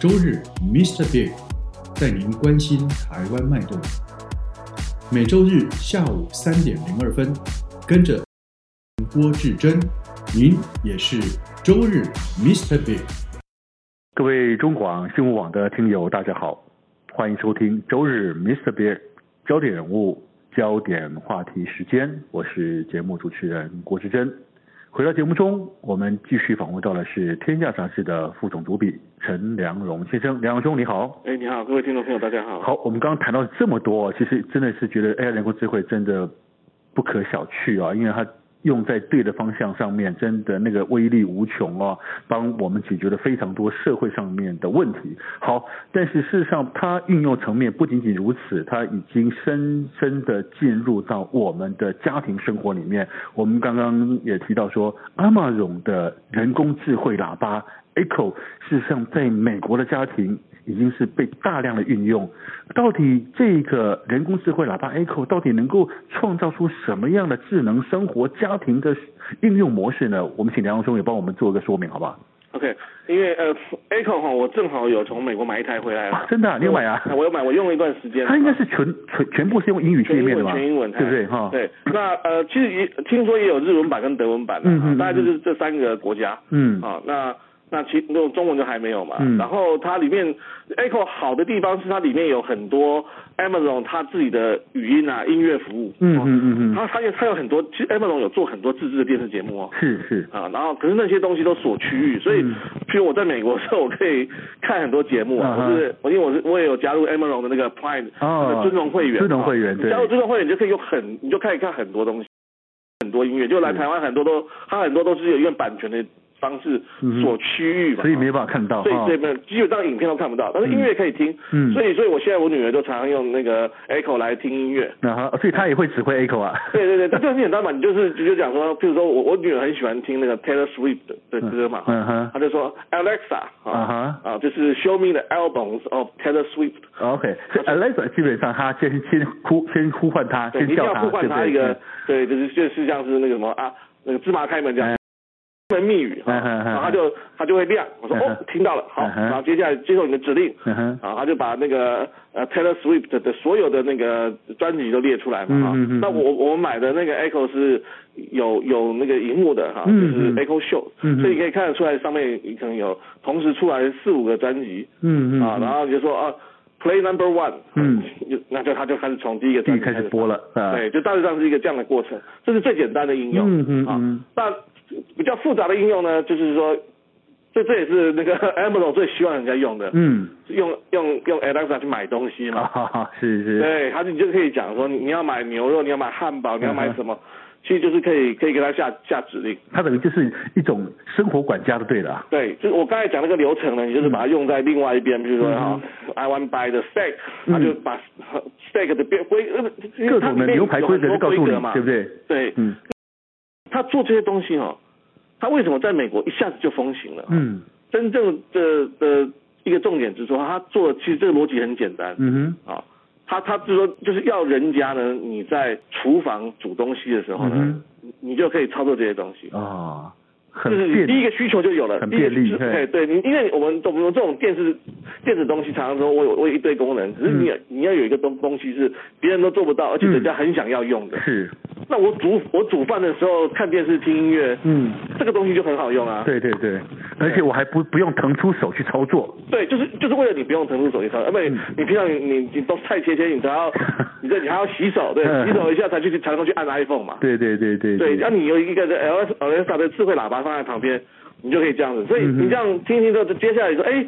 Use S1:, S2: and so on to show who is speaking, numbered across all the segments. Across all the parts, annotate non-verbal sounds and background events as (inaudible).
S1: 周日 Mr. Big 带您关心台湾脉动。每周日下午三点零二分，跟着。郭志珍，您也是周日 Mr. Big。
S2: 各位中广新闻网的听友，大家好，欢迎收听周日 Mr. Big 焦点人物、焦点话题时间，我是节目主持人郭志珍。回到节目中，我们继续访问到的是天下杂志的副总主笔陈良荣先生，良荣兄你好。
S3: 哎，你好，各位听众朋友，大家好。
S2: 好，我们刚刚谈到这么多，其实真的是觉得 AI 人工智慧真的不可小觑啊，因为它。用在对的方向上面，真的那个威力无穷哦，帮我们解决了非常多社会上面的问题。好，但是事实上，它运用层面不仅仅如此，它已经深深的进入到我们的家庭生活里面。我们刚刚也提到说，阿玛荣的人工智慧喇叭 Echo，事实上在美国的家庭。已经是被大量的运用，到底这个人工智慧喇叭 Echo 到底能够创造出什么样的智能生活家庭的应用模式呢？我们请梁荣兄也帮我们做个说明，好不好？
S3: OK，因为呃，Echo 哈，我正好有从美国买一台回来了。
S2: 啊、真的、啊，你有买啊？
S3: 哎我有买，我用了一段时间。
S2: 它应该是全全全部是用英语界面的吧？
S3: 全英文，哎
S2: 对不对哈？
S3: 对。那呃，其实也听说也有日文版跟德文版的、啊，嗯嗯嗯大概就是这三个国家。
S2: 嗯。
S3: 啊，那。那其那种中文就还没有嘛，嗯、然后它里面 Echo 好的地方是它里面有很多 Amazon 它自己的语音啊音乐服务，
S2: 嗯嗯嗯嗯，
S3: 它它有它有很多，其实 Amazon 有做很多自制的电视节目哦，
S2: 是是
S3: 啊，然后可是那些东西都锁区域，所以
S2: 嗯
S3: 譬如我在美国的时候，我可以看很多节目
S2: 嗯
S3: 啊，我是我因为我是我也有加入 Amazon 的那个 Prime 那个尊荣会员，
S2: 哦尊荣会员对，
S3: 加入尊荣会员你就可以有很你就可以看很多东西，很多音乐，就来台湾很多都它很多都是有一个版权的。方式所区域吧，
S2: 嗯所以没哦办法看到，
S3: 啊所以这边基本上影片都看不到，但是音乐可以听，嗯，所以所以我现在我女儿就常常用那个 Echo 来听音乐，
S2: 啊，所以她也会指挥 Echo 啊，
S3: 对对对，这就很简单嘛，你就是就讲说，譬如说我我女儿很喜欢听那个 Taylor Swift 的歌嘛，啊
S2: 嗯哼，
S3: 她就说 Alexa 啊啊，就是 Show me the albums of Taylor Swift，OK，
S2: 啊所以 Alexa 基本上她先先呼先呼唤她，先叫
S3: 她，呼唤她一个，对，嗯就是就是像是那个什么啊，那个芝麻开门这样。门密语啊，然后他就他就会亮，我说哦听到了，好，然后接下来接受你的指令， (laughs)
S2: 嗯
S3: 啊，他就把那个呃 Taylor Swift 的所有的那个专辑都列出来
S2: 嗯
S3: 嘛，哈，啊那我我买的那个 Echo 是有有那个荧幕的啊哈，就是
S2: 嗯
S3: Echo Show，所以可以看得出来上面可能有同时出来四五个专辑，
S2: 嗯嗯，
S3: 啊，然后就说啊 Play Number One，嗯，那就他就啊开始从第一个
S2: 专辑开始播了，
S3: 对，就大致上是一个这样的过程，这是最简单的应用，啊
S2: 嗯嗯嗯，
S3: 那。比较复杂的应用呢，就是说，这这也是那个 Amazon 最希望人家用的，
S2: 嗯，
S3: 用用用 Alexa 去买东西嘛，
S2: 啊、是是，
S3: 对，他你就可以讲说，你要买牛肉，你要买汉堡，你要买
S2: (laughs)
S3: 什么，嗯、其实就是可以可以给他下下指令，
S2: 他等于就是一种生活管家就对了、啊，
S3: 对，就是我刚才讲那个流程呢，你就是把它用在另外一边，比如说哈、嗯、，I want buy the steak，他、嗯、就把 steak 的规规呃
S2: 各种的牛排规格告诉你，对不对？
S3: 对，
S2: 嗯。
S3: 他做这些东西哦，他为什么在美国一下子就风行了？
S2: 嗯，
S3: 真正的的一个重点是说，他做其实这个逻辑很简单。
S2: 嗯
S3: 哼，啊，他他就说就是要人家呢，你在厨房煮东西的时候呢，嗯、你就可以操作这些东西。
S2: 啊、哦，很
S3: 就是第一个需求就有了，
S2: 很便利。
S3: 对对，你因为我们我们这种电视电子东西，常常说我有我有一堆功能，可是你、嗯、你要有一个东东西是别人都做不到，而且人家很想要用的。
S2: 嗯、是。
S3: 那我煮我煮饭的时候看电视听音乐，
S2: 嗯，
S3: 这个东西就很好用啊。
S2: 对对对，而且我还不不用腾出手去操作。
S3: 对，就是就是为了你不用腾出手去操作，因为、嗯、你平常你你都菜切切，你才 (laughs) 要你这你还要洗手，对，洗手一下才去才能去按 iPhone 嘛。
S2: 对对对对。
S3: 嗯对，然后你有一个 L S L S 的智慧喇叭放在旁边，你就可以这样子。所以你这样听听之后，接下来说，哎。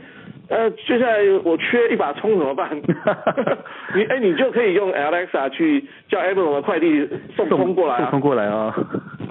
S3: 呃，接下来我缺一把葱怎么办？ (laughs) 你哎、欸，你就可以用 Alexa 去叫 Amazon 的快递送葱过来啊。
S2: 送葱过来啊。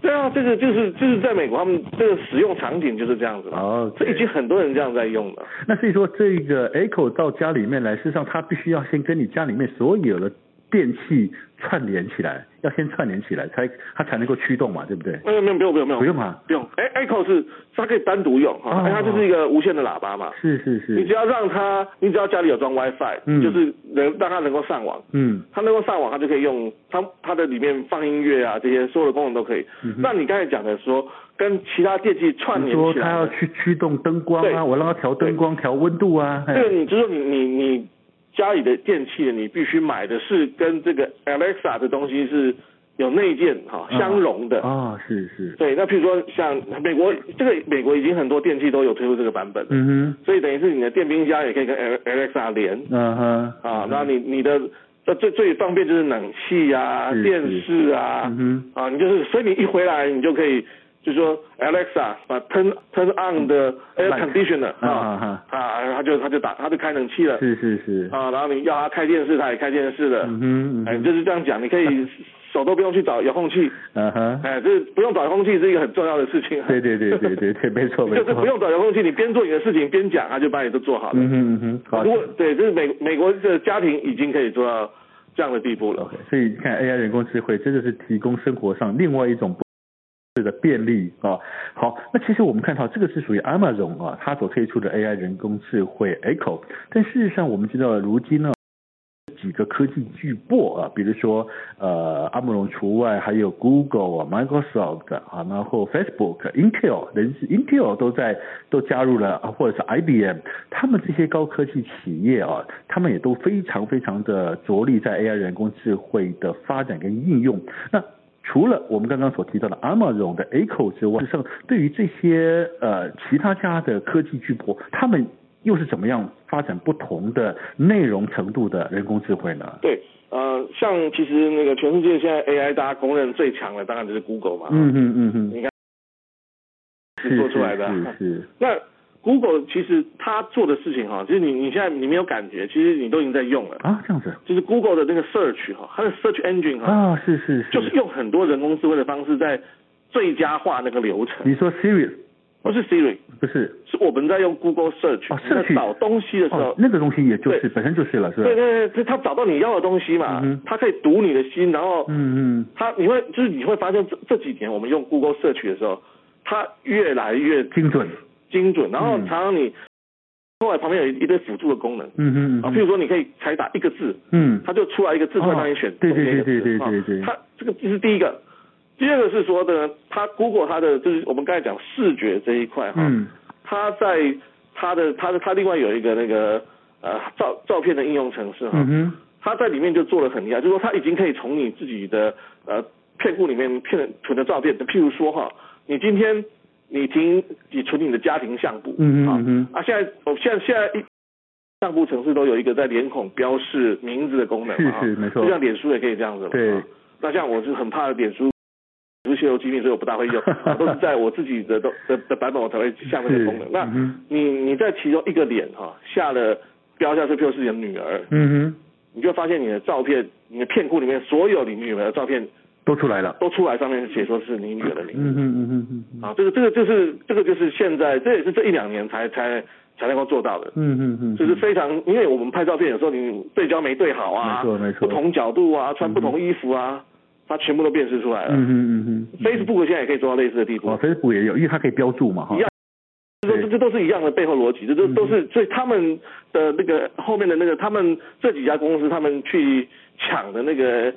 S3: 对对啊，这个就是就是在美国他们这个使用场景就是这样子了。
S2: 哦，
S3: 这已经很多人这样在用了。
S2: 那所以说，这个 Echo 到家里面来，事实上它必须要先跟你家里面所有的电器串联起来，要先串联起来，才它才能够驱动嘛，对不对？
S3: 哎没有没有没有没有没有
S2: 不用啊，
S3: 不用。哎，Echo 是它可以单独用哈，哎它就是一个无线的喇叭嘛。
S2: 是哦是
S3: 你只
S2: 是，
S3: 要让它，你只要家里有装 WiFi，、
S2: 嗯
S3: 就是能让它能够上网，
S2: 嗯
S3: 它能够上网，它就可以用它它的里面放音乐啊，这些所有的功能都可以。那你刚才讲的说跟其他电器
S2: 嗯
S3: 串
S2: 你
S3: 联
S2: 说
S3: 起
S2: 它
S3: 来
S2: 要
S3: 的，
S2: 去驱动灯光
S3: 对
S2: 啊，我让它调灯光、调温度啊，嘿
S3: 这个你就是你你你家里的电器，你必须买的是跟这个 Alexa 的东西是有内建哈、相容的。
S2: 啊，是是，
S3: 对，那譬如说像美国这个美国已经很多电器都有推出这个版本了，
S2: 嗯
S3: 所以等于是你的电冰箱也可以跟 Ale- Alexa 连。
S2: 哼，嗯哼，
S3: 啊，那你你的那最最方便就是冷气啊、
S2: 是
S3: 电视啊
S2: 嗯，哼，
S3: 啊，你就是所以你一回来你就可以就说 Alexa 把 turn turn on 的 air
S2: Light
S3: conditioner
S2: 啊
S3: 啊啊，他就他就打他就开冷气了
S2: 是是是，
S3: 啊，然后你要他开电视他也开电视了，
S2: 嗯哼，嗯
S3: 哎，你
S2: 哼，
S3: 就是这样讲，你可
S2: (laughs)
S3: 以手都不用去找遥控器，
S2: 嗯哼，
S3: 哎，这不用找遥控器是一个很重要的事情啊。
S2: 对对对对对对，没错没
S3: (laughs) 就
S2: 错，
S3: 是不用找遥控器，你边做你的事情边讲，他就把你都做好了。
S2: 嗯哼嗯哼，好
S3: 啊如。果对，就是美美国的家庭已经可以做到这样的地步了。
S2: OK，所以你看 AI 人工智慧真的是提供生活上另外一种不同的便利啊。好，那其实我们看到这个是属于 Amazon 啊，它所推出的 AI 人工智慧 Echo，但事实上我们知道，如今呢。几个科技巨擘啊，比如说呃，阿姆龙除外，还有 Google 啊、Microsoft 啊，然后 Facebook、Intel 人是 Intel 都在都加入了，啊或者是 IBM，他们这些高科技企业啊，他们也都非常非常的着力在 AI 人工智慧的发展跟应用。那除了我们刚刚所提到的 Amazon 的 Echo 之外，事实上对于这些呃其他家的科技巨擘，他们又是怎么样发展不同的内容程度的人工智慧呢？
S3: 对，呃，像其实那个全世界现在 AI 大家公认最强的，当然就是 Google 嘛，
S2: 嗯嗯嗯嗯，
S3: 是做出来的啊、
S2: 是是
S3: 那 Google 其实它做的事情哈、其实你你现在你没有感觉，其实你都已经在用了。
S2: 啊，这样子
S3: 就是 Google 的那个 search 哈、它的 search engine 哈、
S2: 啊，是是是，
S3: 嗯就是用很多人工智慧的方式在最佳化那个流程，
S2: 你说 Siri
S3: 不是 Siri，
S2: 不是
S3: 是我们在用 Google search
S2: 哦
S3: 在
S2: search
S3: 找东西的时候
S2: 哦，，那个东西也就是
S3: 对
S2: 本身就是了，是吧
S3: 对？对对，他找到你要的东西嘛，
S2: 嗯哼
S3: 他可以读你的心，然后
S2: 嗯嗯，
S3: 他你会就是你会发现这这几年我们用 Google 摄取的时候，它越来越
S2: 精准，
S3: 精准，然后
S2: 嗯
S3: 常常你后来旁边有一堆辅助的功能
S2: 嗯嗯
S3: 啊，譬
S2: 嗯
S3: 如说你可以才打一个字，
S2: 嗯，
S3: 它就出来一个字，
S2: 哦
S3: 会让你选
S2: 对
S3: 中间一个
S2: 对对
S3: 字
S2: 对
S3: 啊
S2: 对对对
S3: 它这个这是第一个，第二个是说呢，它 Google 它的就是我们刚才讲视觉这一块哈，
S2: 嗯
S3: 它在它的它的它另外有一个那个呃照照片的应用程式哈，
S2: 嗯哼，
S3: 他在里面就做的很厉害，就是说他已经可以从你自己的呃片库里面片存的照片，譬如说哈，你今天你停你存你的家庭相簿，
S2: 嗯
S3: 啊
S2: 嗯嗯
S3: 啊，现在我现在现在一相簿城市都有一个在脸孔标示名字的功能
S2: 是
S3: 嘛，啊
S2: 是没错
S3: 就，像脸书也可以这样子嘛，
S2: 对
S3: 啊那像我是很怕脸书。不是泄露机密，所以我不大会用，啊都是在我自己的的的的版本我才会下这个
S2: 是
S3: 功能。那
S2: 嗯哼
S3: 你你在其中一个脸哈、下了标下是譬如是你的女儿，
S2: 嗯哼，
S3: 你就发现你的照片，你的片库里面所有你女儿的照片
S2: 都出来了，
S3: 都出来，上面写说是你女儿的名
S2: 嗯哼嗯哼嗯哼
S3: 字啊。这个这个就是这个就是现在，这也是这一两年才才才能够做到的，
S2: 嗯哼嗯
S3: 就
S2: 哼，
S3: 啊是非常，因为我们拍照片有时候你对焦没对好
S2: 没
S3: 啊，
S2: 错没错
S3: 不同角度啊，穿不同衣服啊，它全部都辨识出来了。
S2: 嗯哼嗯哼，
S3: Facebook 现在也可以做到类似的地步啊
S2: 哦，，Facebook 也有，因为它可以标注嘛，哈
S3: 一，样这
S2: 对嗯
S3: 这这都是一样的背后逻辑，这都都是所以他们的那个后面的那个他们这几家公司他们去抢的那个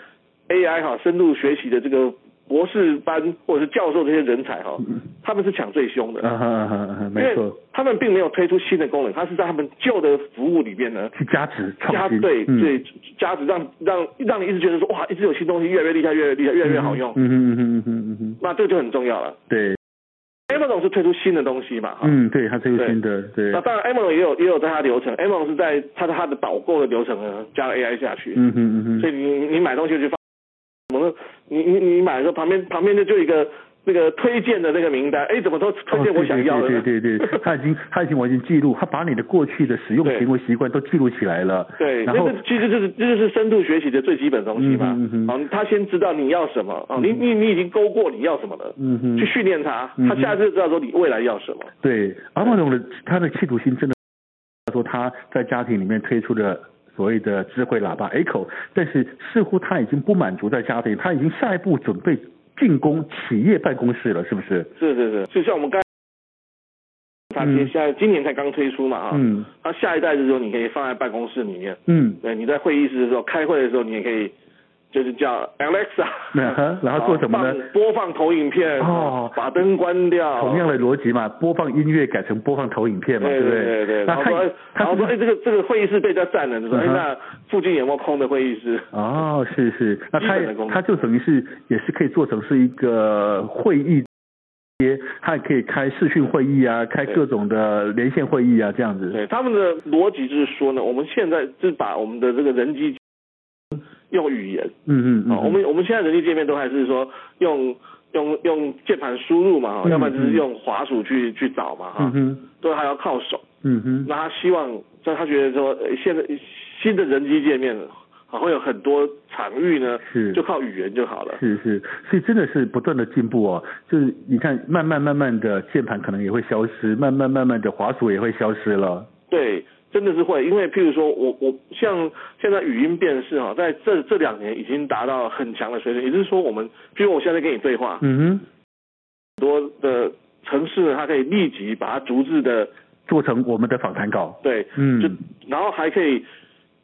S3: AI 哈深度学习的这个博士班或者是教授这些人才哈，他们是抢最凶的，
S2: 嗯啊哈啊哈啊哈，
S3: 因
S2: 没
S3: 为
S2: 错，
S3: 他们并没有推出新的功能，他是在他们旧的服务里面呢。
S2: 去加值
S3: 加
S2: 创新，
S3: 对
S2: 嗯
S3: 对，加值让让让你一直觉得说哇，一直有新东西，越来越厉害，越来越厉害，越来越好用，啊
S2: 嗯哼嗯哼嗯哼嗯哼，
S3: 那这个就很重要了。
S2: 对，
S3: Amazon 是推出新的东西嘛，哈，
S2: 嗯对，它推出新的，对嗯
S3: 那，当然，Amazon 也有也有在它流程，Amazon 是在它的它的导购的流程呢加了 AI 下去，
S2: 嗯哼嗯
S3: 所
S2: 哼，
S3: 以你你买东西就去放，我们你你你买的时候旁边旁边就就一个那个推荐的那个名单，哎，怎么都推荐我想要的
S2: 对
S3: 呢？
S2: 哦对对对
S3: (laughs)
S2: 对，他已经他已经完全记录，他把你的过去的使用
S3: 对
S2: 行为习惯都记录起来了。
S3: 对，
S2: 然
S3: 那
S2: 后
S3: 个其实就是这就是深度学习的最基本东西嘛。
S2: 嗯哼嗯哼
S3: 啊，他先知道你要什么啊，你你你已经勾过你要什么了，
S2: 嗯哼
S3: 去训练他，他下次就知道说你未来要什么。
S2: 对阿茂总的他的企图心真的，他说他在家庭里面推出的所谓的智慧喇叭 Echo，但是似乎他已经不满足在家庭，他已经下一步准备进攻企业办公室了，是不是？
S3: 是是是，就像我们刚才。他
S2: 嗯
S3: 现在今年才刚推出嘛啊，
S2: 嗯
S3: 那下一代的时候你可以放在办公室里面，
S2: 嗯，
S3: 对，你在会议室的时候开会的时候你也可以，就是叫 Alexa，
S2: (laughs) 嗯哼然后做什么呢
S3: 啊放播放投影片，
S2: 哦
S3: 把灯关掉，
S2: 同样的逻辑嘛，播放音乐改成播放投影片嘛，
S3: 啊对
S2: 不
S3: 对对对，
S2: 那
S3: 然后说，哎
S2: 他他
S3: 然后
S2: 是
S3: 说，
S2: 不
S3: 哎，
S2: 是
S3: 这个这个会议室被人家占了，就说，哎，
S2: 嗯哼
S3: 那附近有没有空的会议室？
S2: 哦，是是，那
S3: 基
S2: 他
S3: 本的
S2: 也
S3: 功能
S2: 他就等于是也是可以做成是一个会议。他也可以开视讯会议啊，开
S3: 对
S2: 各种的连线会议啊，这样子。
S3: 对，他们的逻辑就是说呢，我们现在就是把我们的这个人机用语言
S2: 嗯嗯嗯
S3: 啊，
S2: 嗯，
S3: 我们我们现在人机界面都还是说用用用键盘输入嘛，哈
S2: 嗯
S3: 要不然就是用滑鼠去去找嘛，
S2: 嗯
S3: 哈，
S2: 哼
S3: 都还要靠手。
S2: 嗯哼
S3: 那他希望，所以他觉得说，呃现在新的人机界面啊，会有很多场域呢
S2: 是，
S3: 就靠语言就好了。
S2: 是是，所以真的是不断的进步哦。就是你看，慢慢慢慢的键盘可能也会消失，慢慢慢慢的滑鼠也会消失了。
S3: 对，真的是会，因为譬如说我我像现在语音辨识哈，在这这两年已经达到很强的水准，也就是说我们，譬如我现在跟你对话，很
S2: 嗯哼，
S3: 多的城市呢，它可以立即把它逐字的
S2: 做成我们的访谈稿。
S3: 对，
S2: 嗯
S3: 就然后还可以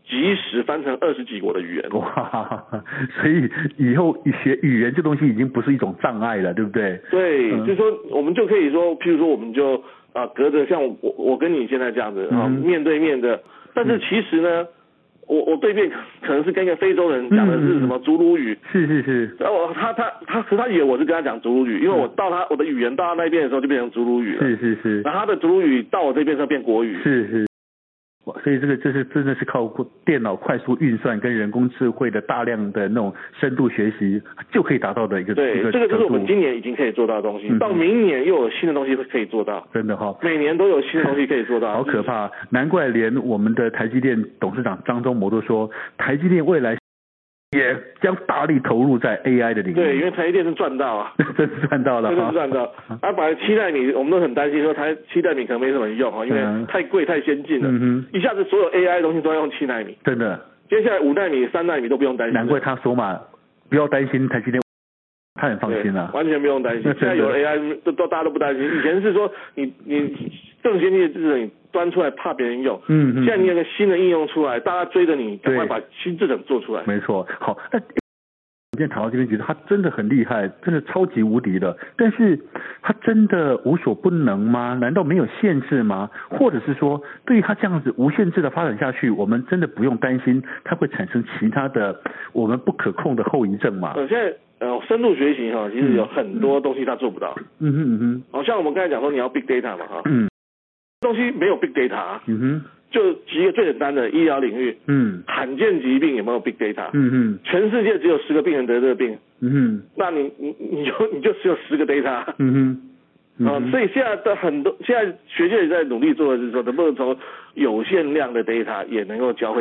S3: 及时翻成二十几国的语言。
S2: 哇， (laughs) 所以以后学语言这东西已经不是一种障碍了，对不对？
S3: 对，
S2: 嗯
S3: 就是说我们就可以说，譬如说我们就啊、隔着像我我我跟你现在这样子啊、
S2: 嗯
S3: 面对面的，但是其实呢，我我对面可可能是跟一个非洲
S2: 嗯
S3: 人讲的是什么祖鲁语。
S2: 是是是，
S3: 然后我他他他可是他以为我是跟他讲祖鲁语，因为我到他我的语言到他那边的时候就变成祖鲁语了，
S2: 嗯是是是
S3: 然后他的祖鲁语到我这边的时候变国语，
S2: 是是。哇所以这个就是真的是靠电脑快速运算跟人工智慧的大量的那种深度学习就可以达到的一个一
S3: 对，
S2: 个
S3: 这个就是我
S2: 程
S3: 们
S2: 度
S3: 今年已经可以做到的东西，
S2: 嗯
S3: 到明年又有新的东西可以做到，
S2: 真的哈、
S3: 每年都有新的东啊嗯西可以做到，
S2: 好可怕！难怪连我们的台积电董事长张忠谋都说，台积电未来也将大力投入在 AI 的领域。(laughs)
S3: 对，因为台积电是赚到啊。
S2: 真是赚到了
S3: 真的
S2: 哈
S3: 是！赚到。啊，本来七纳米我们都很担心说它七纳米可能没什么用哦，因
S2: 嗯
S3: 为太贵太先进了，
S2: 嗯
S3: 一下子所有 AI 的东西都要用七纳米，
S2: 真的，
S3: 接下来五纳米、三纳米都不用担心了。
S2: 难怪他说嘛，不要担心台积电，他很放
S3: 对
S2: 心啊了、
S3: 完全不用担心
S2: 那。
S3: 现
S2: 真的
S3: 在有了 AI 都都大家都不担心，以前是说你你更先进的智能你端出来怕别人用，
S2: 嗯嗯
S3: 现在你有个新的应用出来，大家追着你赶快
S2: 对
S3: 把新智能做出来。
S2: 没错，好，那今天谈到这边，觉得他真的很厉害，真的超级无敌的。但是他真的无所不能吗？难道没有限制吗？或者是说，对于他这样子无限制的发展下去，我们真的不用担心他会产生其他的我们不可控的后遗症吗？
S3: 呃，现在呃深度学习哈，其实有很多东西它做不到。
S2: 嗯哼嗯哼
S3: 好、像我们刚才讲说你要 big data 嘛哈，
S2: 嗯
S3: 东西没有 big data 啊。
S2: 嗯哼
S3: 就举一个最简单的医疗领域，
S2: 嗯
S3: 罕见疾病有没有 big data？、
S2: 嗯哼
S3: 全世界只有十个病人得这个病，
S2: 嗯哼
S3: 那你你你就你就只有十个 data 啊、
S2: 嗯哼嗯哼，
S3: 所以现在的很多现在学界也在努力做的是说，能不能从有限量的 data 也能够教会。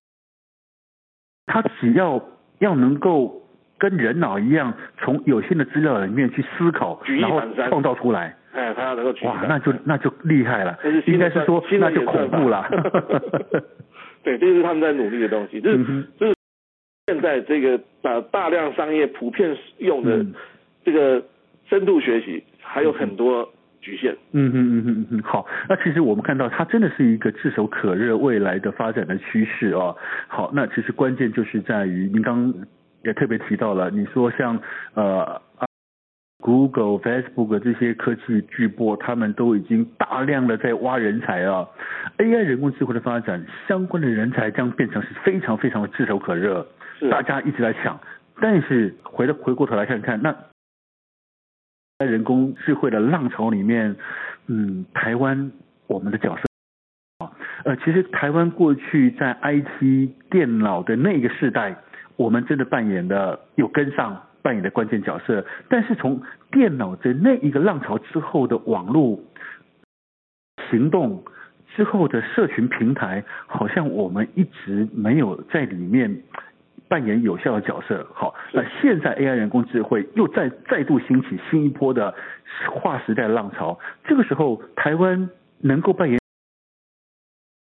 S2: 他只要要能够跟人脑一样，从有限的资料里面去思考，
S3: 举一
S2: 然后
S3: 反三
S2: 创造出来。
S3: 哎，他能够取
S2: 哇，
S3: 代
S2: 那就那就厉害了
S3: 这是，
S2: 应
S3: 新的
S2: 该是说
S3: 算新的
S2: 那就恐怖了。 (laughs)
S3: 演算对，这就是他们在努力的东西， (laughs) 这是、
S2: 嗯哼
S3: 这是现在这个呃大量商业普遍用的
S2: 嗯
S3: 这个深度学习还有很多局限。
S2: 嗯哼嗯哼嗯哼，好，那其实我们看到它真的是一个炙手可热未来的发展的趋势哦。好，那其实关键就是在于您刚也特别提到了，你说像呃。Google、Facebook 这些科技巨擘，他们都已经大量的在挖人才啊。AI 人工智慧的发展，相关的人才将变成是非常非常的炙手可热，
S3: 是啊
S2: 大家一直在抢。但是回到回过头来看看，那在人工智慧的浪潮里面，嗯，台湾我们的角色啊，呃，其实台湾过去在 IT 电脑的那个时代，我们真的扮演的有跟上。扮演的关键角色。但是从电脑的那一个浪潮之后的网络行动之后的社群平台，好像我们一直没有在里面扮演有效的角色。好，那现在 AI 人工智慧又再再度兴起新一波的划时代浪潮，这个时候台湾能够扮演。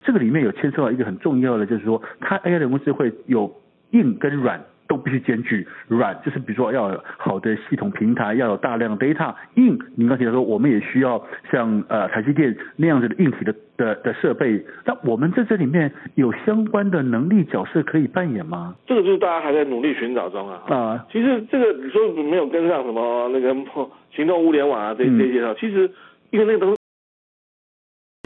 S2: 这个里面有牵涉到一个很重要的，就是说，它 AI 人工智慧有硬跟软都必须兼具。软就是比如说要有好的系统平台，要有大量 data；硬，您刚提到说，我们也需要像呃台积电那样子的硬体的的的设备。那我们在这里面有相关的能力角色可以扮演吗？
S3: 这个就是大家还在努力寻找中啊。
S2: 啊，
S3: 其实这个你说没有跟上什么那个行动物联网啊这
S2: 嗯
S3: 这些啊，其实因为那个东西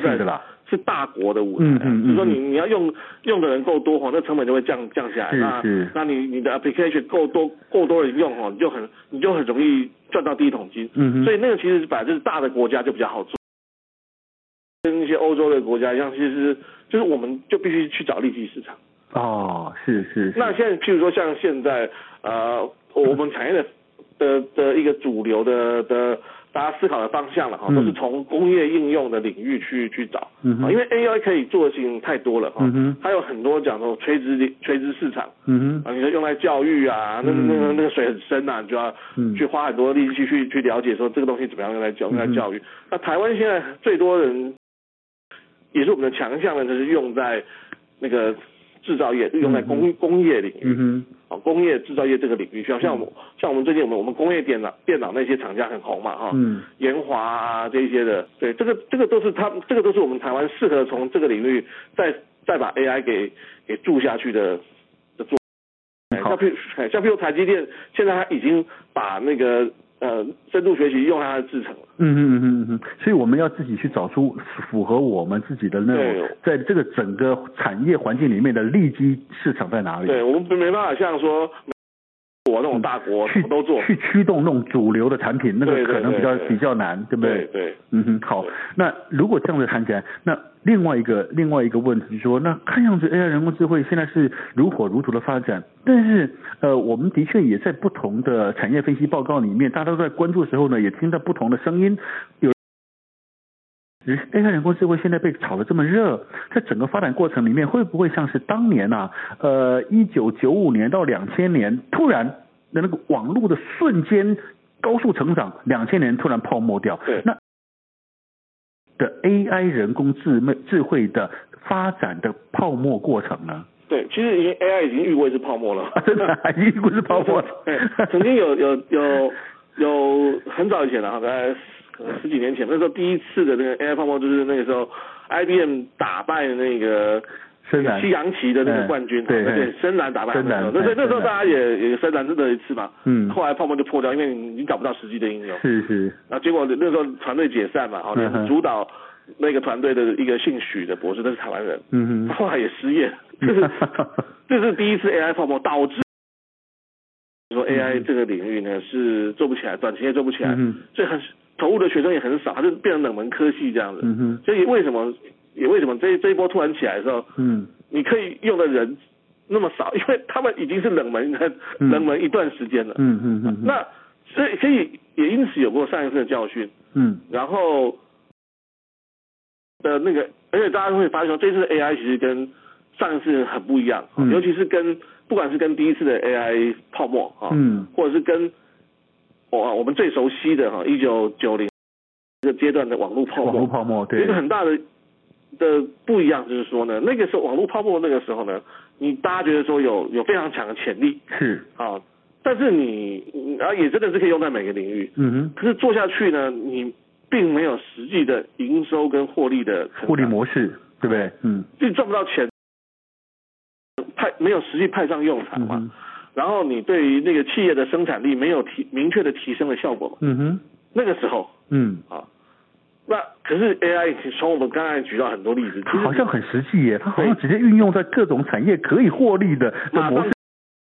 S2: 是的啦。
S3: 是大国的舞台、啊，
S2: 嗯嗯嗯、
S3: 就是说你你要用用的人够多哈，那成本就会降降下来。那那你你的 application 够多够多人用哈，你就很你就很容易赚到第一桶金。
S2: 嗯
S3: 所以那个其实本来就是大的国家就比较好做，跟一些欧洲的国家一样，其实就是我们就必须去找利基市场。
S2: 哦，是是。是
S3: 那现在譬如说像现在呃，我们产业的的的一个主流的的。大家思考的方向了哈，都是从工业应用的领域去去找，啊
S2: 嗯、
S3: 因为 AI 可以做的事情太多了哈，
S2: 嗯、
S3: 它有很多讲说垂直垂直市场，
S2: 嗯、
S3: 啊，你说用来教育啊，那那个那个水很深呐、啊，你就要
S2: 嗯
S3: 去花很多力气去去了解说这个东西怎么样用来教用来教育。那台湾现在最多人也是我们的强项呢，就是用在那个制造业，用在工工业领
S2: 嗯
S3: 域。啊，工业制造业这个领域，像像我们像我们最近我们我们工业电脑电脑那些厂家很红嘛哈，
S2: 嗯，
S3: 研华啊这些的，对，这个这个都是他这个都是我们台湾适合从这个领域再再把 AI 给给注下去的的做，哎像譬如像譬如台积电现在它已经把那个呃深度学习用它的制成了，
S2: 嗯嗯嗯嗯，所以我们要自己去找出符合我们自己的那种，在这个整个产业环境里面的利基市场在哪里？
S3: 对我们没办法像说我那种大国
S2: 去
S3: 都做，
S2: 去驱动那种主流的产品，那个可能比较比较难， (laughs) 对不
S3: 对？对，
S2: 嗯哼，好，那如果这样子谈起来，那另外一个另外一个问题说，那看样子 AI 人工智慧现在是如火如荼的发展，但是呃，我们的确也在不同的产业分析报告里面，大家都在关注的时候呢，也听到不同的声音，有。AI 人工智慧现在被炒得这么热，在整个发展过程里面，会不会像是当年啊，呃，一九九五年到两千年，突然的那个网络的瞬间高速成长，两千年突然泡沫掉？
S3: 对。
S2: 那的 AI 人工智智慧的发展的泡沫过程呢？
S3: 对，其实已经 AI 已经预估是泡沫了，
S2: 啊、真的、
S3: (laughs)
S2: 啊、预估是泡沫。
S3: 对，曾经有有有有很早以前了、啊，大概。十几年前，那时候第一次的那个 AI 泡沫，就是那个时候 IBM 打败那个西洋棋的那个冠军，
S2: 哎对
S3: 对，深蓝打败深蓝，那那
S2: 哎
S3: 那时候大家也也深蓝这一次嘛，
S2: 嗯，
S3: 后来泡沫就破掉，因为你你找不到实际的
S2: (laughs)
S3: 应用，
S2: 是是，
S3: 啊，结果那时候团队解散嘛，好，
S2: 嗯
S3: 主导那个团队的一个姓许的博士，那是台湾人，
S2: 嗯
S3: 后来也
S2: (laughs)
S3: 失业，这是这是第一次 AI 泡沫导致。说
S2: 嗯
S3: AI 这个领域呢是做不起来，短期也做不起来，所以很投入的学生也很少，它就变成冷门科系这样子。
S2: 嗯、
S3: 所以为什么也为什么这这一波突然起来的时候，
S2: 嗯，
S3: 你可以用的人那么少，因为他们已经是冷门的、嗯、冷门一段时间了。
S2: 嗯嗯嗯。
S3: 那所以所以也因此有过上一次的教训。
S2: 嗯。
S3: 然后的那个，而且大家会发现说，这次的 AI 其实跟上一次很不一样，
S2: 嗯、
S3: 尤其是跟不管是跟第一次的 AI 泡沫啊，
S2: 嗯，
S3: 或者是跟哦我我们最熟悉的哈一九九零这个阶段的网络泡沫，
S2: 网络泡沫对
S3: 有一个很大的的不一样，就是说呢，那个时候网络泡沫那个时候呢，你大家觉得说有有非常强的潜力
S2: 是
S3: 啊，但是你啊也真的是可以用在每个领域，
S2: 嗯哼，
S3: 可是做下去呢，你并没有实际的营收跟获利的
S2: 获利模式，对不对？嗯，
S3: 就赚不到钱。派没有实际派上用场嘛，
S2: 嗯、
S3: 然后你对于那个企业的生产力没有提明确的提升的效果嘛，
S2: 嗯哼，
S3: 那个时候
S2: 嗯
S3: 啊，那可是 AI 从我们刚才举到很多例子，
S2: 它好像很实际耶，它好像直接运用在各种产业可以获利的的模式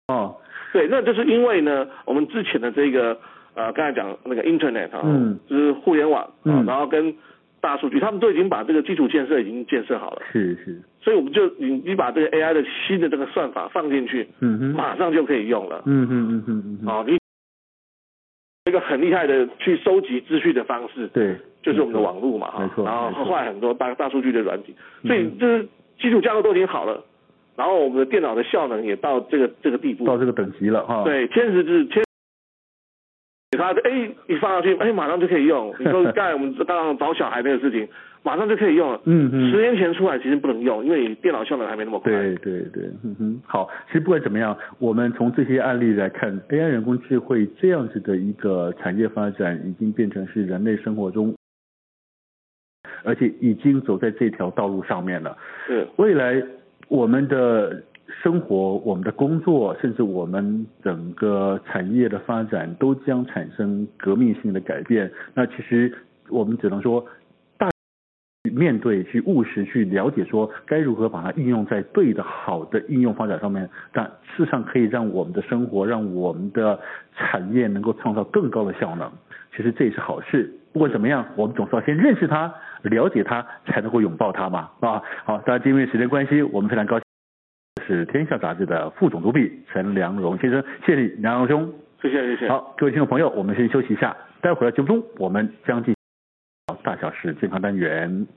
S2: 哦，
S3: 对，那就是因为呢，我们之前的这个呃刚才讲那个 Internet 啊，
S2: 嗯
S3: 就是互联网啊，
S2: 嗯
S3: 然后跟大数据，他们都已经把这个基础建设已经建设好了，
S2: 是是，
S3: 所以我们就你你把这个 AI 的新的这个算法放进去，
S2: 嗯哼，
S3: 马上就可以用了，
S2: 嗯哼嗯哼嗯哼，
S3: 啊，你一个很厉害的去收集资讯的方式，
S2: 对，
S3: 就是我们的网络嘛，
S2: 没错
S3: 哈，然后
S2: 没错嗯
S3: 后来很多大大数据的软体，所以就是基础架构都已经好了，然后我们的电脑的效能也到这个这个地步，
S2: 到这个等级了哈。
S3: 对，天使制天，给他哎，一放上去，哎，马上就可以用。你说刚才我们刚刚找小孩那个事情，马上就可以用了。
S2: 嗯嗯
S3: 十年前出来其实不能用，因为电脑效能还没那么快。
S2: 对对对，嗯哼，好，其实不管怎么样，我们从这些案例来看，AI 人工智慧这样子的一个产业发展，已经变成是人类生活中，而且已经走在这条道路上面了。
S3: 是
S2: 未来我们的生活、我们的工作，甚至我们整个产业的发展，都将产生革命性的改变。那其实我们只能说，大去面对、去务实、去了解，说该如何把它应用在对的、好的应用发展上面。但事实上，可以让我们的生活、让我们的产业能够创造更高的效能。其实这也是好事。不管怎么样，我们总是要先认识它、了解它，才能够拥抱它嘛，啊！好，大家因为时间关系，我们非常高兴是《天下》杂志的副总主笔陈良荣先生，谢谢你，良荣兄。
S3: 谢谢谢谢。，
S2: 好，各位听众朋友，我们先休息一下，待会儿节目中我们将进行大小事健康单元。